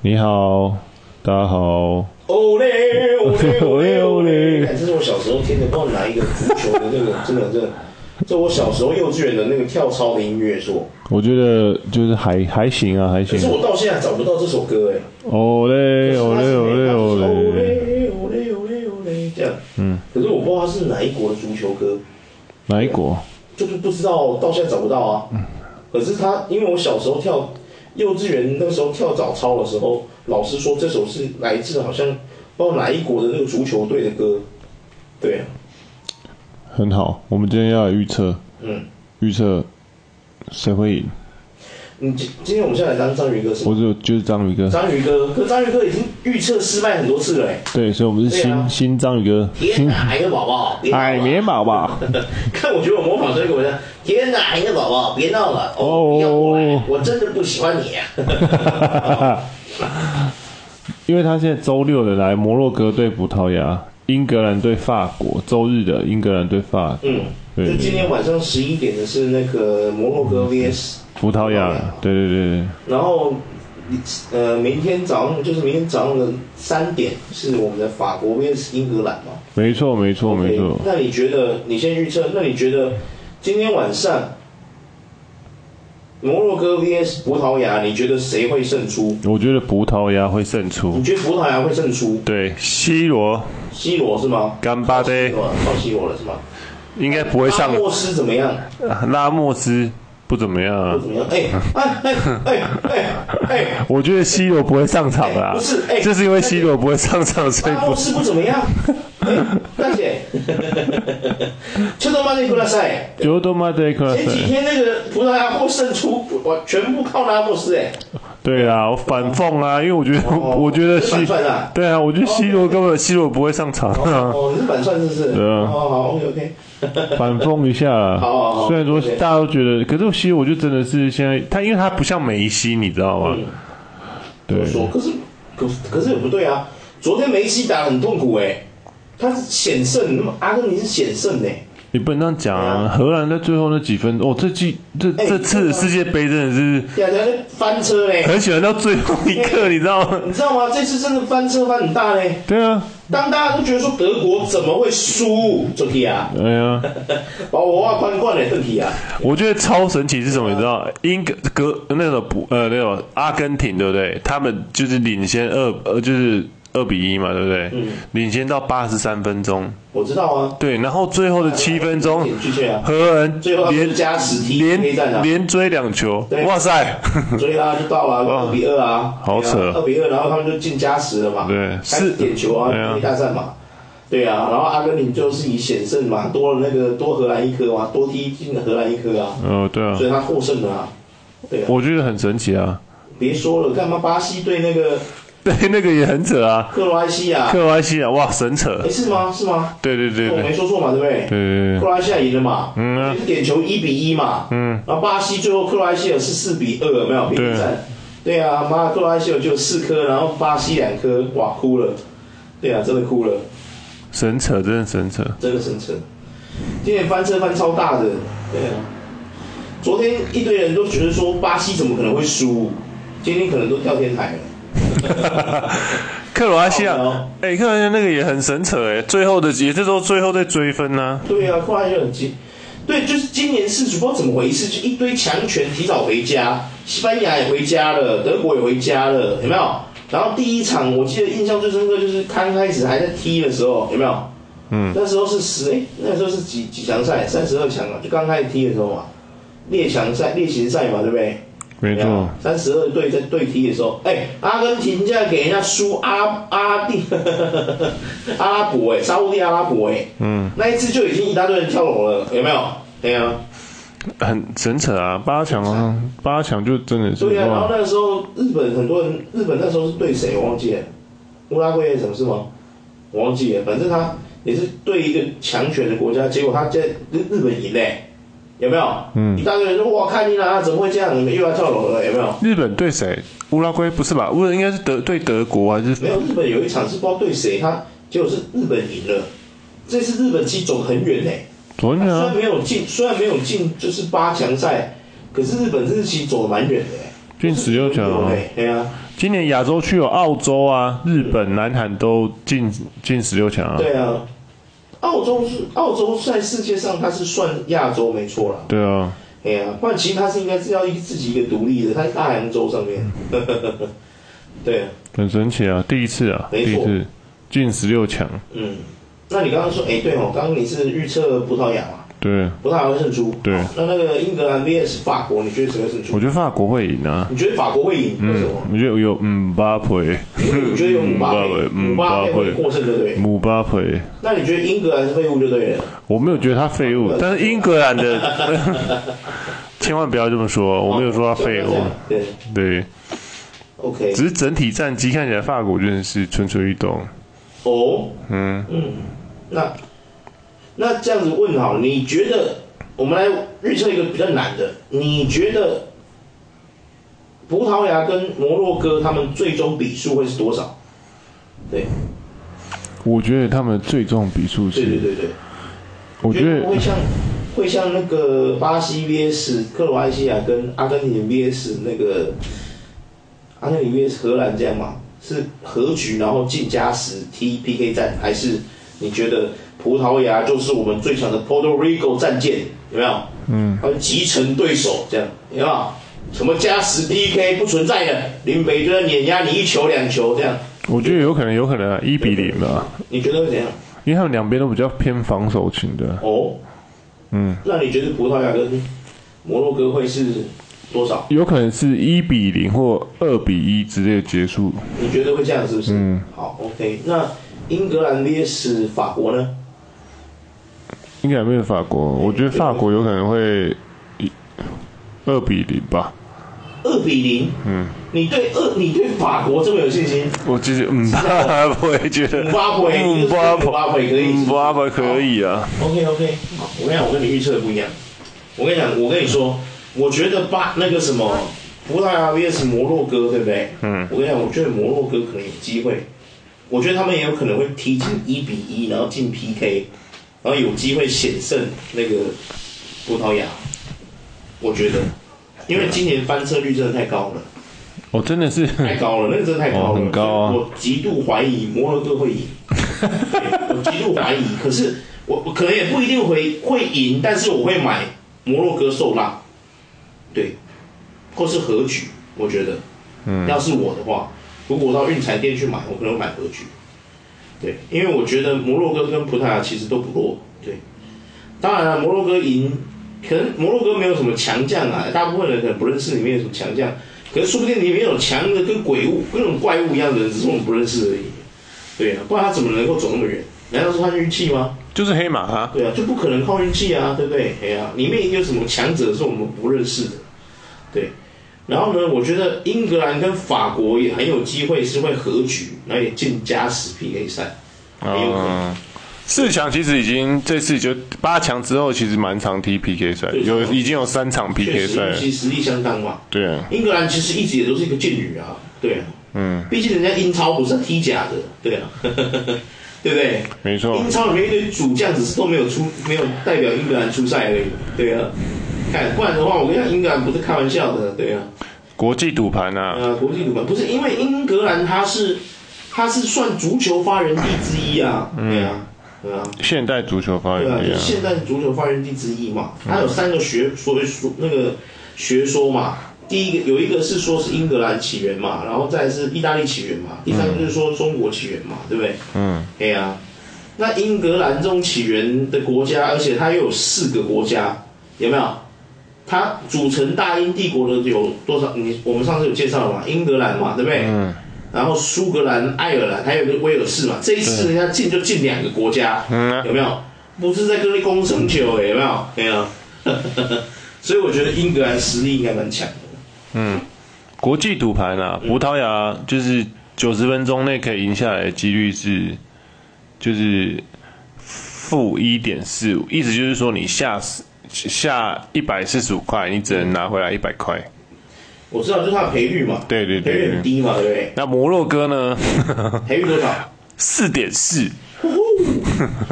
你好，大家好， 哦嘞哦嘞哦嘞哦 Ole, ole. 嘞！哎这是我小时候听的，不知道哪一个足球的那个，真的真的，这我小时候幼稚园的那个跳操的音乐说，我觉得就是还还行啊，还可是行。我到现在还找不到这首歌哎。哦嘞哦嘞哦嘞哦嘞，哦嘞哦嘞哦嘞这样，嗯，可是我不知道它是哪一国的足球歌，哪一国？就是不知道，到现在找不到啊。嗯可是他，因为我小时候跳幼稚园那时候跳早操的时候，老师说这首是来自好像不知道哪一国的那个足球队的歌，对啊，很好，我们今天要来预测，嗯。预测谁会赢？你今嗯今天我们现在来当章鱼哥是吗？我就就是章鱼哥，章鱼哥，可章鱼哥已经预测失败很多次了哎！对，所以我们是对啊新新章鱼哥，哎天哪，海绵宝宝，别闹了海绵宝 宝。看，我觉得我模仿这个文章。天哪，海绵宝宝，别闹了，哦哦，不要过来，我真的不喜欢你、啊因为他现在周六的来摩洛哥对葡萄牙，英格兰对法国，周日的英格兰对法国，嗯，嗯对就今天晚上十一点的是那个摩洛哥 VS，葡萄牙，哦对对对对，然后呃，明天早上就是明天早上的三点是我们的法国 VS 英格兰嘛。没错没错没 OK，错。那你觉得？你先预测。那你觉得今天晚上摩洛哥 VS 葡萄牙，你觉得谁会胜出？我觉得葡萄牙会胜出你，觉得葡萄牙会胜出对，C 罗 C 罗是吗？干巴对，爹到 C 罗了是吗？应该不会上拉莫斯怎么样？拉莫斯不怎么样不啊，怎么样？哎哎哎哎哎哎，我觉得 C 罗不会上场啦，哎不是哎就是因为 C 罗不会上场，所以拉不莫斯不怎么样。哎大姐，就他妈的过来赛。就多马德克前几天那个葡萄牙获胜出，我全部靠拉莫斯哎、对啊，我反讽啊，因为我觉得哦 我觉得这 C 反串啊对啊，我觉得 C 罗根本 C 罗不会上场啊。哦，你是反串是不是？对啊好好好，OK OK。反讽一下啦。好好好虽然说对大家都觉得，可是其实我就真的是现在他，因为他不像梅西，你知道吗？嗯对我，说，可是可可是也不对啊！昨天梅西打得很痛苦哎、他是险胜，那么阿根廷是险胜哎、你不能这样讲对啊。啊荷兰在最后那几分，哦，这季这哎这次的世界杯真的是对啊，人家翻车嘞、很喜欢到最后一刻，你知道吗？你知道吗？这次真的翻车翻很大嘞、对啊，当大家都觉得说德国怎么会输，这题啊，哎呀，把我挖宽冠嘞，这题啊，我觉得超神奇是什么？你知道，英格格那个不呃那个阿根廷对不对？他们就是领先二呃就是二比一嘛，对不对？嗯领先到八十三分钟，我知道啊，对，然后最后的七分钟，的确啊，荷兰最后他连们加时踢黑战连啊，连追两球，对哇塞！所以他就到了二比二啊，好扯二比二，然后他们就进加时了嘛，对开始是点球啊对啊，黑大战嘛，对啊，然后阿根廷就是以险胜嘛，多了那个多荷兰一颗嘛，多踢进了荷兰一颗啊，哦，对啊所，以他获胜了啊，对啊，我觉得很神奇啊。别说了，干嘛巴西对那个对，那个也很扯啊，克罗埃西亚， 克罗埃西亚，哇，神扯哎！是吗？是吗？哦对对对我对没说错嘛，对不对？对对克对，罗埃西亚赢了嘛，嗯啊点球一比一嘛，嗯，然后巴西最后克罗埃西亚是四比二，有没有平对比战？对啊，妈，克罗埃西亚就四颗，然后巴西两颗，哇，哭了。对啊，真的哭了，神扯，真的神扯。真的神扯。今年翻车翻超大的，对啊。昨天一堆人都觉得说巴西怎么可能会输，今天可能都跳天台了。克罗埃西亚好聊，哎，克罗埃西亚那个也很神扯哎，最后的也是说最后在追分呢。对啊，克罗埃西亚很急。对，就是今年世足不知道怎么回事，就一堆强权提早回家，西班牙也回家了，德国也回家了，有没有？然后第一场我记得印象最深刻就是刚开始还在踢的时候，有没有？嗯，那时候是十，哎，那时候是几几强赛？三十二强啊，就刚开始踢的时候嘛，列强赛、列行赛嘛，对不对？没错，哎三十二队在对踢的时候，哎、阿根廷现在给人家输阿阿地 阿拉伯哎、沙烏地阿拉伯哎、嗯，那一次就已经一大堆人跳楼了，有没有？对啊，很神扯啊，八强啊，八强就真的是对啊，然哇，后那时候日本很多人，日本那时候是对谁我忘记了，乌拉圭还是什么事吗？我忘记了，反正他也是对一个强权的国家，结果他在日日本赢嘞、有没有？嗯，一大堆人说哇，看你啦，怎么会这样？又要跳楼了，有没有？日本对谁？乌拉圭不是吧？乌拉应该是德对德国啊还是没有，日本有一场是不知道对谁，他结果是日本赢了。这次日本其实走得很远嘞、昨天虽然啊？没有进，虽然没有进就是八强赛，可是日本这次其实走得蛮远的、欸。进十六强有啊！哎，对啊，今年亚洲区有澳洲啊、日本、南韩都进进十六强啊。对啊。澳洲是澳洲在世界上它是算亚洲没错啦，对啊，哎呀、不然其实它是应该是要一自己一个独立的，它是大洋洲上面， 对啊，很神奇啊！第一次啊，没第一错次进十六强，嗯，那你刚刚说，哎，对哦，刚刚你是预测葡萄牙嘛？对葡萄牙会胜出，对好那那个英格兰 VS 法国，你觉得谁会胜出我？觉得法国会赢啊。你觉得法国会赢？为什嗯么？，我觉得有姆巴佩，因为你觉得有姆巴佩，姆姆巴巴佩佩会过剩，对不对？姆巴佩，那你觉得英格兰是废物就对了。我没有觉得他废 物，但是英格兰的， 千万不要这么说，我没有说他废对物，。对对， ，OK，只是整体战绩看起来法国真的是蠢蠢欲动。哦，嗯，嗯，那那这样子问好，你觉得我们来预测一个比较难的，你觉得葡萄牙跟摩洛哥他们最终比数会是多少？对我觉得他们最终比数对对是，对对，我觉觉得会得像会像那个巴西 VS 克罗埃西亚跟阿根廷 VS 那个阿根廷 VS 荷兰这样吗？是和局然后进加时踢 PK 战，还是你觉得葡萄牙就是我们最强的 Puerto Rico 战舰？有没有？嗯，他们集成对手这样，有没有？什么加时 PK 不存在的，林北就在碾压你一球两球这样，我觉得有可能，有可能啊一比零吧，你觉得会怎样？因为他们两边都比较偏防守型的，哦，嗯，那你觉得葡萄牙跟摩洛哥会是多少？有可能是一比零或二比一之类的结束。你觉得会这样是不是？嗯，好，OK。那英格兰 VS 法国呢？应该没有法国，我觉得法国有可能会一二比零吧。二比零。嗯，你对二，你对法国这么有信心？我其实姆巴佩觉得姆巴佩姆巴姆巴佩可以姆巴佩可以啊。 OK OK，好，我跟你讲，我跟你预测的不一样。我跟你讲，我跟你说，我觉得巴那个什么葡萄牙 VS 摩洛哥，对不对？嗯。我跟你讲，我觉得摩洛哥可能有机会，我觉得他们也有可能会踢进一比一，然后进 PK，然后有机会险胜那个葡萄牙。我觉得，因为今年翻车率真的太高了，我哦真的是， 太高了，那个真的太高了，哦很高啊我极度怀疑摩洛哥会赢。 我极度怀疑。可是我我可能也不一定会会赢，但是我会买摩洛哥受让，对，或是和局。我觉得，嗯，要是我的话，如果我到运彩店去买，我可能会买和局。对，因为我觉得摩洛哥跟葡萄牙其实都不弱。对，当然了、啊摩洛哥赢，可能摩洛哥没有什么强将啊，大部分人可能不认识里面有什么强将。可是说不定里面有强的跟鬼物、跟那种怪物一样的人，只是我们不认识而已。对啊，不然他怎么能够走那么远？难道是看运气吗？就是黑马啊。对啊，就不可能靠运气啊，对不对？哎呀、里面有什么强者是我们不认识的，对。然后呢，我觉得英格兰跟法国也很有机会是会和局，然后也进加时 PK 赛，很有可能。嗯，四强其实已经这次就八强之后，其实蛮常踢 PK 赛，对有已经有三场确 PK 实，赛尤了。其实力相当嘛。对啊，英格兰其实一直也都是一个劲旅啊，对啊，嗯，毕竟人家英超不是踢假的，对啊， 对不对？没错英。超里面一堆主将只是都没有出，没有代表英格兰出赛而已，对啊。看，不然的话，我跟你讲，英格兰不是开玩笑的，对啊。国际赌盘啊，呃，国际赌盘不是因为英格兰它是它是算足球发源地之一啊，对啊，对啊。现代足球发对啊，源就地是啊。现在足球发源地之一嘛，它有三个学所谓说那个学说嘛。第一个有一个是说是英格兰起源嘛，然后再来是意大利起源嘛，第三个就是说中国起源嘛，对不对？嗯，对呀、那英格兰这种起源的国家，而且它又有四个国家，有没有？它组成大英帝国的有多少？你我们上次有介绍了嘛，英格兰嘛，对不对？嗯。然后苏格兰、爱尔兰，还有一个威尔士嘛，这一次人家进就进两个国家，嗯啊有没有？不是在跟你攻城球、欸，有没有？没有。 所以我觉得英格兰实力应该蛮强的。国际赌盘啊，嗯葡萄牙就是九十分钟内可以赢下来的几率是，就是负一点四五，意思就是说你下下一百四十五块，你只嗯能拿回来一百块。我知道，就是它的赔率嘛，对对对赔率很低嘛，对不 对？那摩洛哥 呢？赔率多少？四点四，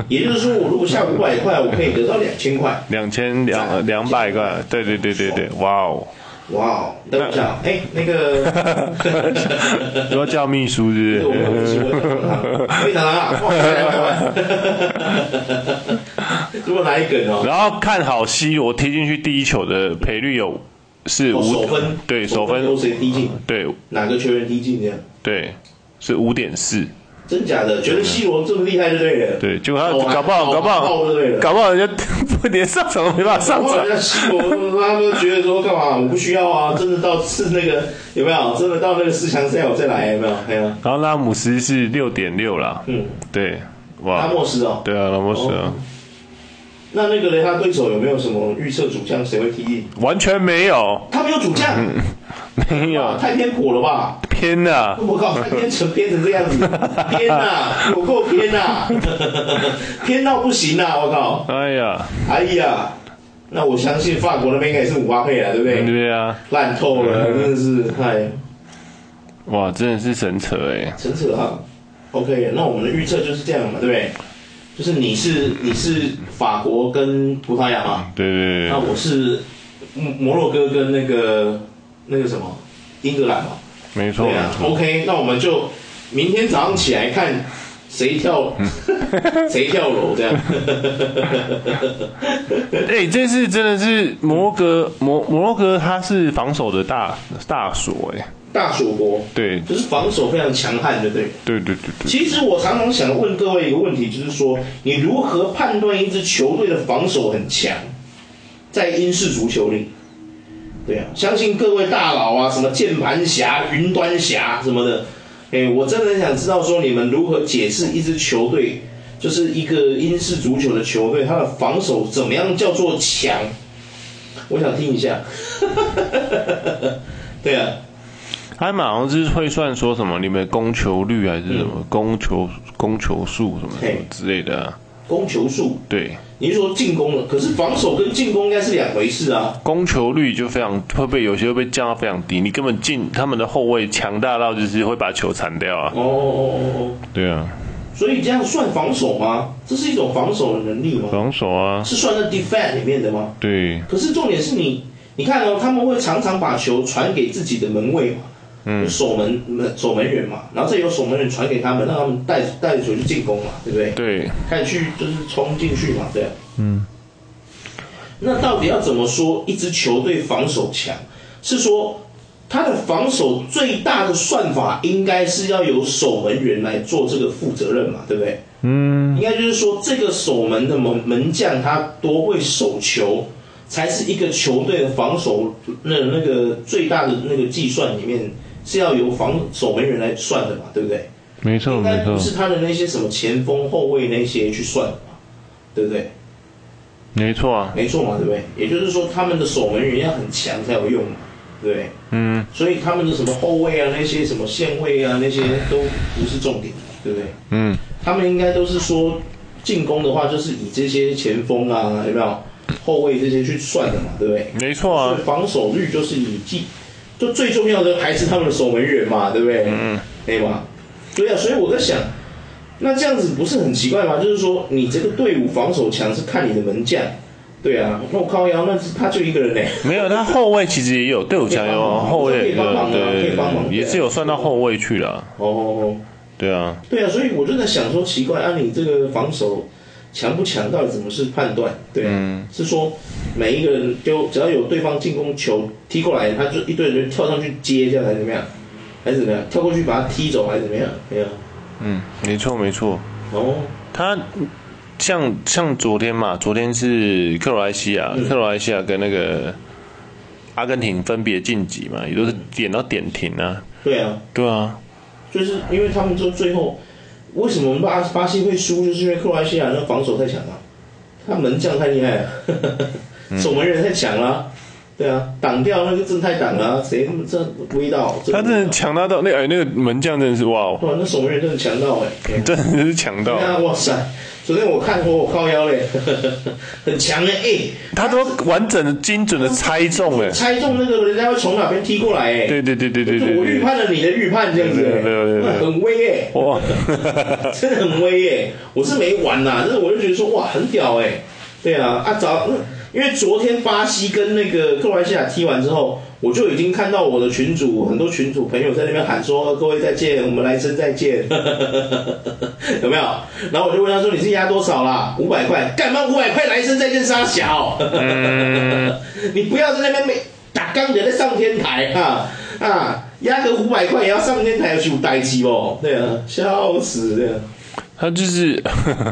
也就是说，我如果下五百块，我可以得到两千块。 两千两两百块。对对对对对，哇哦！哇哦，等一下，哎，那 个，都要叫秘书是我不们不是是？我会 长啊，哇来来来来如果来一梗哦，然后看好 C 罗踢进去第一球的赔率有是哦五、首分，对首分由谁踢进，对哪个球员踢进这样？对是五点四，真假的，觉得 C 罗这么厉害就对了。对，结果他好玩搞不好搞不好玩好就对了搞不好人家 连上场都没 办法上后场来，人家 C 罗他们都觉得说干嘛，我不需要啊，真的到是那个有没有？真的到那个四强赛我再来有没有？哎呀，然后拉姆斯是六点六啦，嗯，对，阿哇，莫斯哦，对啊，拉莫斯啊，那那个嘞，他对手有没有什么预测主将谁会踢进？ 完全没有，他没有主将，没哇有太偏颇了吧？偏啊的，我靠，他编成编成这样子，偏呐、不够偏呐、偏到不行呐、我靠，哎呀，哎呀，那我相信法国那边应该也是姆巴佩了，对不对？对啊，烂透了，真的是，哎，哇，真的是神扯哎，陈扯啊。OK，那我们的预测就是这样嘛，对不对？就是你是你是法国跟葡萄牙嘛，对对那对，我是摩摩洛哥跟那个那个什么英格兰嘛，没错对没啊错， ，OK，那我们就明天早上起来看谁跳 谁跳楼这样。哎、这次真的是摩洛哥摩摩洛哥，他是防守的大大锁哎、大锁国对就是防守非常强悍，对不对？对对对对，其实我常常想问各位一个问题，就是说你如何判断一支球队的防守很强，在英式足球里？对啊，相信各位大佬啊，什么键盘侠、云端侠什么的，哎，我真的很想知道说你们如何解释一支球队，就是一个英式足球的球队，它的防守怎么样叫做强？我想听一下。 对啊，他们好像是会算说什么你们攻球率还是什么攻球攻球数什么什么嘿之类的啊、攻球数，对，你是说进攻了，可是防守跟进攻应该是两回事啊。攻球率就非常会被有些会被降到非常低，你根本进他们的后卫强大到就是会把球铲掉啊，哦哦哦哦，对啊，所以这样算防守吗？这是一种防守的能力吗？防守啊，是算在 defend 里面的吗？对可是重点是你，你看哦，他们会常常把球传给自己的门卫嘛，嗯，守门门守门员嘛，然后再由守门员传给他们，让他们带带着球去进攻嘛，对不对？对，看去就是冲进去嘛，对、啊。嗯。那到底要怎么说一支球队防守强？是说他的防守最大的算法应该是要由守门员来做这个负责任嘛，对不对？嗯。应该就是说，这个守门的门门将他多会守球，才是一个球队的防守那那个最大的那个计算里面是要由防守门员来算的嘛，对不对？没错应该嗯没错不是他的那些什么前锋、后卫那些去算的嘛，对不对？没错啊，没错嘛，对不对？也就是说，他们的守门员要很强才有用嘛，对不对？嗯。所以他们的什么后卫啊，那些什么线位啊，那些都不是重点，对不对？嗯，他们应该都是说进攻的话，就是以这些前锋啊，有没有后卫这些去算的嘛，对不对？没错啊所以，防守率就是以技，就最重要的还是他们的守门员嘛，对不对？嗯，对吧？对啊，所以我在想，那这样子不是很奇怪吗？就是说，你这个队伍防守强是看你的门将，对啊，那我靠腰，那是他就一个人嘞、没有，他后卫其实也有，对我讲啊有后卫，对对对，也是有算到后卫去了，哦哦哦，对啊，对啊，所以我就在想说，奇怪，啊，你这个防守强不强，到底怎么是判断？对啊，嗯是说每一个人丢，只要有对方进攻球踢过来，他就一堆人就跳上去接，这样还是怎么样？还是怎么样？跳过去把他踢走，还是怎么样？对啊，嗯，没错没错，哦，他像像昨天嘛，昨天是克罗埃西亚，嗯克罗埃西亚跟那个阿根廷分别晋级嘛，也都是嗯点到点停啊，对啊，对啊，就是因为他们就最后为什么我们巴巴西会输，就是因为克罗埃西亚那防守太强了，他门将太厉害了，嗯守门员太强了。对啊，挡掉那个正太挡啊，谁这味道？他真味的道强大到那哎那个门将真的是哇，哇，那守门员真的强到哎、欸！真的是强到对，啊，哇塞！昨天我看我我靠腰嘞， 很强哎、欸，他都完整的精准的猜中哎，猜中那个人家会从哪边踢过来哎、对对对对对就我预对，判了你的预判这样子、对对对对对欸，很威哎、哇， 真的很威耶、我是没玩呐、但是我就觉得说哇，很屌哎、对啊，啊早，那因为昨天巴西跟那个克罗埃西亚踢完之后，我就已经看到我的群主很多群主朋友在那边喊说：“各位再见，我们来真再见。” 有没有？然后我就问他说：“你是压多少啦？五百块？干嘛五百块来生再见杀小？ 你不要在那边没打钢人在上天台啊啊！压个五百块也要上天台去待机哦，对啊，笑死啊了。”他就是，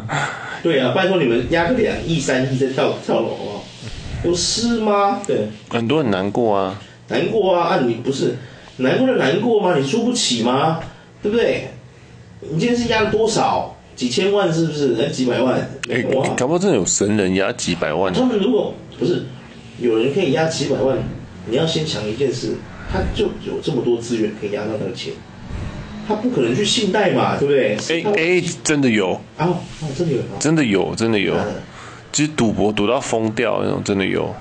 对啊，拜托你们压个两亿、三亿再跳跳楼啊，有事吗？对，很多很难过啊。难过啊，啊你不是难过的难过吗？你输不起吗？对不对？你今天是压了多少？几千万是不是？那几百万？哎、没有啊。搞不好真的有神人压几百万，他们如果不是有人可以压几百万，你要先想一件事，他就有这么多资源可以压到那个钱，他不可能去信贷嘛，对不对？哎哎、真的有，啊，哦，这里有人啊。真的有，真的有，嗯就是赌博赌到疯掉那种，真的有。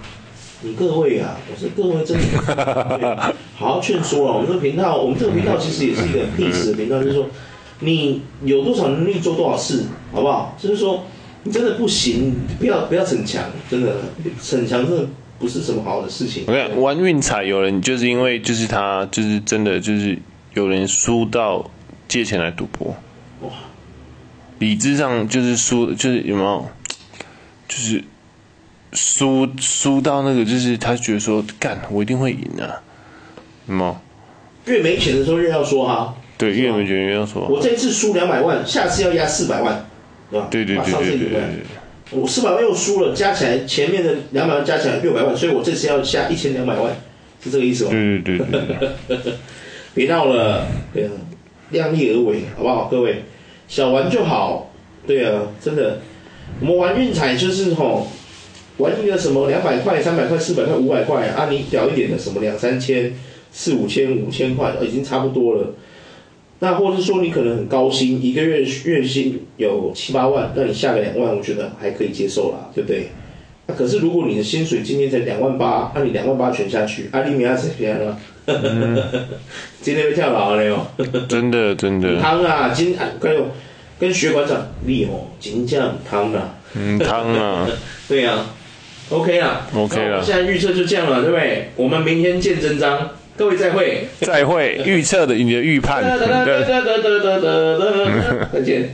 你各位啊，我是各位真的，对好好劝说啊。我们这个频道，我们这个频道其实也是一个 peace 的频道，就是说你有多少能力做多少事，好不好？就是说你真的不行，不要不要逞强，真的逞强真的不是什么好的事情。我跟你讲玩运彩，有人就是因为就是他就是真的就是有人输到借钱来赌博，哇理智上就是输，就是有没有，就是输输到那个就是他觉得说干我一定会赢啊，有没有？越没钱的时候越要说哈、对，因为没觉得越要说，我这次输两百万，下次要压四百万，对吧？对对马对上对是对一对百对万。我四百万又输了，加起来前面的两百万加起来六百万，所以我这次要下一千两百万，是这个意思吗？对对对对对，别闹了，对啊，量力而为，好不好？各位，小玩就好，对啊，真的，我们玩运彩就是吼，玩一个什么两百块、三百块、四百块、五百块啊，你屌一点的什么两三千、四五千、五千块，已经差不多了。那或者说你可能很高薪，一个月月薪有七八万，那你下个两万，我觉得还可以接受啦，对不对？那可是如果你的薪水今天才两万八，啊那你两万八全下去，啊阿里米亚怎样了？今天被跳楼了哟！真的真的，汤啊，今啊，还有跟学馆长你哦，金酱汤啊，嗯，汤啊，对啊 o k 啦 OK 啦那我们现在预测就这样了，对不对？我们明天见真章，各位再会。再会，预测的你的预判，对。再见。